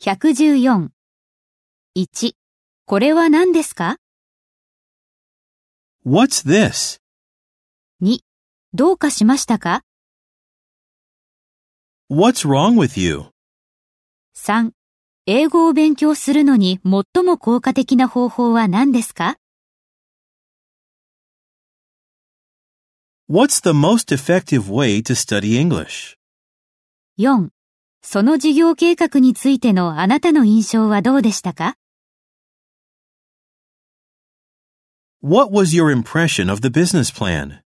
114。1. これは何ですか What's this? 2. どうかしましたか What's wrong with you? 3. 英語を勉強するのに最も効果的な方法は何ですか What's the most effective way to study English? 4. その事業計画についてのあなたの印象はどうでしたか What was your impression of the business plan?